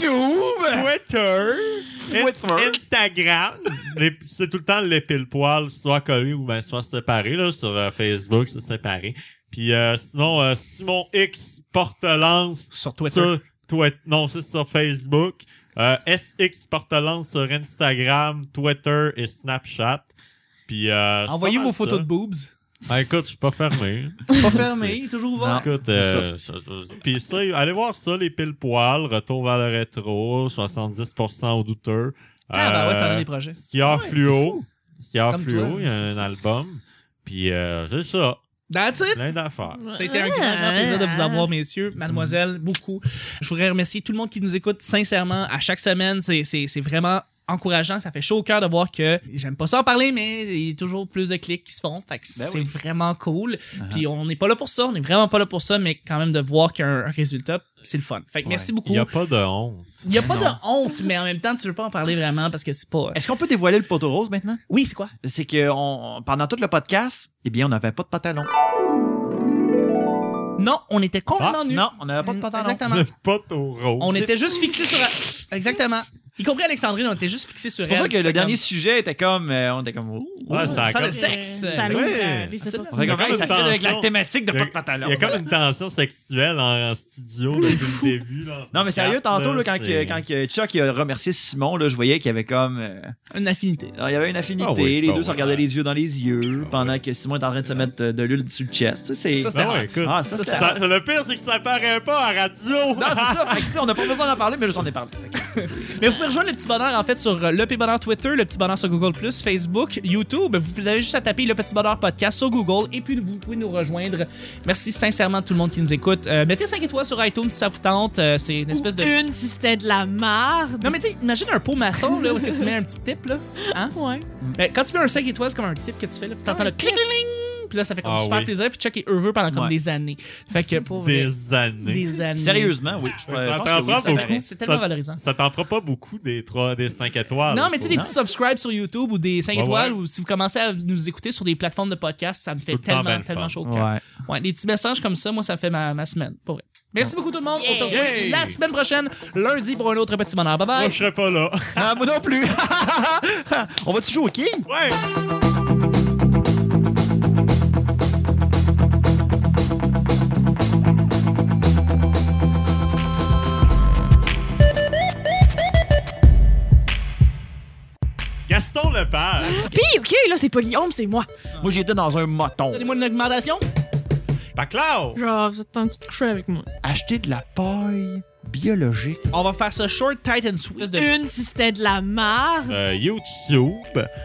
Speaker 2: YouTube!
Speaker 3: Twitter,
Speaker 2: Twitter.
Speaker 3: Inst- Instagram. Les- C'est tout le temps les pile poils, soit collés ou ben, soit séparés. Là, sur euh, Facebook, c'est séparé. Puis euh, sinon, euh, Simon X Portelance
Speaker 4: Sur
Speaker 3: Sur Twi- non, c'est sur Facebook. Euh, SX Portelance sur Instagram, Twitter et Snapchat. Puis, euh, c'est
Speaker 4: Envoyez
Speaker 3: pas mal
Speaker 4: vos photos
Speaker 3: ça.
Speaker 4: de boobs.
Speaker 3: Ah, écoute, je suis pas fermé.
Speaker 4: Pas fermé, toujours
Speaker 2: Non.
Speaker 4: ouvert.
Speaker 3: écoute, euh, ça- ça- puis ça, allez voir ça, les pile poils, retour vers le rétro, 70% au douteux.
Speaker 4: Ah,
Speaker 2: ben
Speaker 4: bah ouais, t'en as
Speaker 3: Euh,
Speaker 4: des projets.
Speaker 3: Skieur
Speaker 4: Ouais,
Speaker 3: fluo. Skieur
Speaker 4: Comme
Speaker 3: fluo,
Speaker 4: toi,
Speaker 3: il y a
Speaker 4: c'est
Speaker 3: un
Speaker 4: ça.
Speaker 3: album. Puis euh, c'est ça,
Speaker 4: That's it.
Speaker 3: plein d'affaires.
Speaker 4: Ça a été un grand, grand plaisir de vous avoir, messieurs,
Speaker 2: Mm.
Speaker 4: mademoiselle, beaucoup. Je voudrais remercier tout le monde qui nous écoute sincèrement à chaque semaine. C'est- C'est c'est vraiment encourageant. Ça fait chaud au cœur de voir que j'aime pas ça en parler, mais il y a toujours plus de clics qui se font. Fait que
Speaker 2: Ben
Speaker 4: c'est
Speaker 2: oui. Uh-huh.
Speaker 4: vraiment cool. Puis on n'est pas là pour ça, on n'est vraiment pas là pour ça, mais quand même de voir qu'il y a un résultat, c'est le fun. Fait que merci
Speaker 2: Ouais.
Speaker 4: beaucoup.
Speaker 3: Il n'y a pas de honte.
Speaker 4: Il n'y a pas
Speaker 2: Non.
Speaker 4: de honte, mais en même temps, tu veux pas en parler vraiment parce que c'est pas.
Speaker 2: Est-ce qu'on peut dévoiler le poteau rose maintenant?
Speaker 4: Oui, c'est quoi?
Speaker 2: C'est que on- pendant tout le podcast, eh bien, on n'avait pas de pantalon.
Speaker 4: Non, on était complètement nus.
Speaker 2: Ah, Non, on n'avait pas de pantalon.
Speaker 4: Exactement.
Speaker 3: Le pote au rose.
Speaker 4: On était juste fixés sur. Exactement. Y compris Alexandrine, on était juste fixés sur
Speaker 2: C'est
Speaker 4: elle.
Speaker 2: pour ça que
Speaker 4: Fait
Speaker 2: le dernier sujet était comme. euh, on était comme. ouh.
Speaker 3: Ouais, ça a
Speaker 4: ça,
Speaker 3: comme-
Speaker 4: le sexe.
Speaker 1: Ça
Speaker 4: Fait
Speaker 1: ouvre
Speaker 4: que-
Speaker 3: oui.
Speaker 1: à les
Speaker 4: Absolument.
Speaker 2: On
Speaker 1: opportunités.
Speaker 2: fait comme,
Speaker 3: Il y a
Speaker 2: hey,
Speaker 3: comme
Speaker 2: ça
Speaker 3: une
Speaker 2: fit avec la
Speaker 3: tension.
Speaker 2: thématique de pas de pantalon.
Speaker 3: Il y a comme une tension sexuelle en, en studio depuis le début. Là, entre
Speaker 2: Non, mais sérieux,
Speaker 3: quatre,
Speaker 2: tantôt, là,
Speaker 3: là,
Speaker 2: quand,
Speaker 3: c'est-
Speaker 2: que- quand que Chuck il a remercié Simon, là, je voyais qu'il y avait comme. euh,
Speaker 4: Une affinité.
Speaker 2: alors, il y avait une affinité.
Speaker 3: Ah oui,
Speaker 2: les
Speaker 3: ah
Speaker 2: deux se
Speaker 3: oui.
Speaker 2: regardaient les yeux dans les yeux pendant que Simon est en train de se mettre euh, de l'huile dessus le chest. Tu sais, c'est.
Speaker 4: Ça, c'était
Speaker 3: Ben ouais,
Speaker 4: hot.
Speaker 3: écoute.
Speaker 2: Ah, ça,
Speaker 4: ça,
Speaker 2: c'était-
Speaker 4: c'était
Speaker 3: Ça- le pire, c'est que ça paraît pas à radio.
Speaker 2: Non, c'est ça. Fait que, tu sais, on n'a pas besoin d'en parler, mais juste j'en ai parlé. Fait que-
Speaker 4: Mais vous pouvez rejoindre le petit bonheur en fait sur euh, le petit bonheur Twitter, le petit bonheur sur Google Facebook, YouTube. Vous avez juste à taper le petit bonheur podcast sur Google et puis vous pouvez nous rejoindre. Merci sincèrement à tout le monde qui nous écoute. Euh, mettez 5 étoiles sur iTunes si ça vous tente. Euh, c'est une espèce de
Speaker 1: Une si c'était de la marde.
Speaker 4: Non mais tu sais, imagine un pot maçon là où est-ce que tu mets un petit tip là.
Speaker 1: Ouais.
Speaker 4: Mais quand tu mets un 5 étoiles, c'est comme un tip que tu fais là, puis t'entends
Speaker 1: Ah,
Speaker 4: le
Speaker 1: un
Speaker 4: clic
Speaker 1: tip.
Speaker 4: clic Puis là ça fait comme
Speaker 3: Ah
Speaker 4: super
Speaker 3: oui.
Speaker 4: plaisir puis Chuck est heureux pendant comme
Speaker 2: Ouais.
Speaker 4: des années. Fait que pour vrai,
Speaker 3: Des années.
Speaker 4: des années.
Speaker 2: Sérieusement, oui. Je, je
Speaker 3: Ça
Speaker 2: pense que
Speaker 3: t'en
Speaker 2: oui,
Speaker 3: prend
Speaker 2: ça
Speaker 3: beaucoup.
Speaker 2: paraît.
Speaker 4: C'est tellement
Speaker 3: Ça-
Speaker 4: valorisant.
Speaker 3: Ça t'en prend pas beaucoup des 3, des 5 étoiles.
Speaker 4: Non, mais tu sais, des
Speaker 2: Non.
Speaker 4: petits subscribes sur YouTube ou des 5
Speaker 3: Ouais,
Speaker 4: étoiles,
Speaker 3: ouais.
Speaker 4: ou si vous commencez à nous écouter sur des plateformes de podcast, ça me
Speaker 3: Tout
Speaker 4: fait
Speaker 3: le temps
Speaker 4: tellement,
Speaker 3: ben le
Speaker 4: tellement
Speaker 3: fun.
Speaker 4: chaud au cœur. Ouais. des petits messages comme ça, moi, ça fait ma, ma semaine. Pour vrai. Merci beaucoup tout le monde. On se rejoint
Speaker 3: Yeah.
Speaker 4: la semaine prochaine, lundi, pour un autre petit bonheur. Bye
Speaker 3: Moi,
Speaker 4: bye.
Speaker 3: je serais pas là.
Speaker 2: Ah, moi non plus. on va-tu jouer au King?
Speaker 3: ouais. Gaston Lepage.
Speaker 1: Pis, ok, là, c'est pas Guillaume, c'est moi.
Speaker 2: Moi, j'étais dans un moton.
Speaker 4: Donnez-moi une augmentation.
Speaker 3: Paclao.
Speaker 1: Genre, vous attendez de coucher avec moi.
Speaker 2: Acheter de la paille biologique.
Speaker 4: On va faire ce short, tight and sweet. De...
Speaker 1: Une si c'était de la marde.
Speaker 3: Euh, YouTube.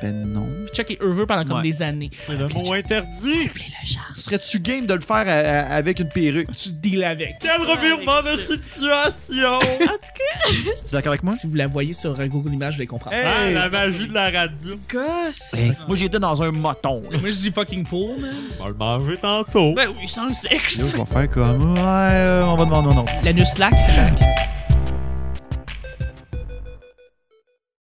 Speaker 2: Ben non.
Speaker 4: Chuck est heureux pendant comme
Speaker 2: Ouais.
Speaker 4: des années.
Speaker 3: C'est le mot interdit.
Speaker 1: Appelez le char.
Speaker 2: Serais-tu game de le faire à- à- avec une perruque?
Speaker 4: Tu deals avec.
Speaker 3: Quel revirement de situation.
Speaker 2: Tu es d'accord avec moi?
Speaker 4: Si vous la voyez sur euh, Google Images, vous allez comprendre.
Speaker 3: Ah, la magie de la radio.
Speaker 1: Gosse.
Speaker 2: Hey, Moi, j'étais dans un moton. là.
Speaker 4: Moi, je dis fucking pour, man.
Speaker 3: On va le manger tantôt.
Speaker 1: Ben oui, sans le sexe.
Speaker 2: Là, je vais faire comme. Ouais, euh, on va demander au nom.
Speaker 4: L'anus slack, c'est correct.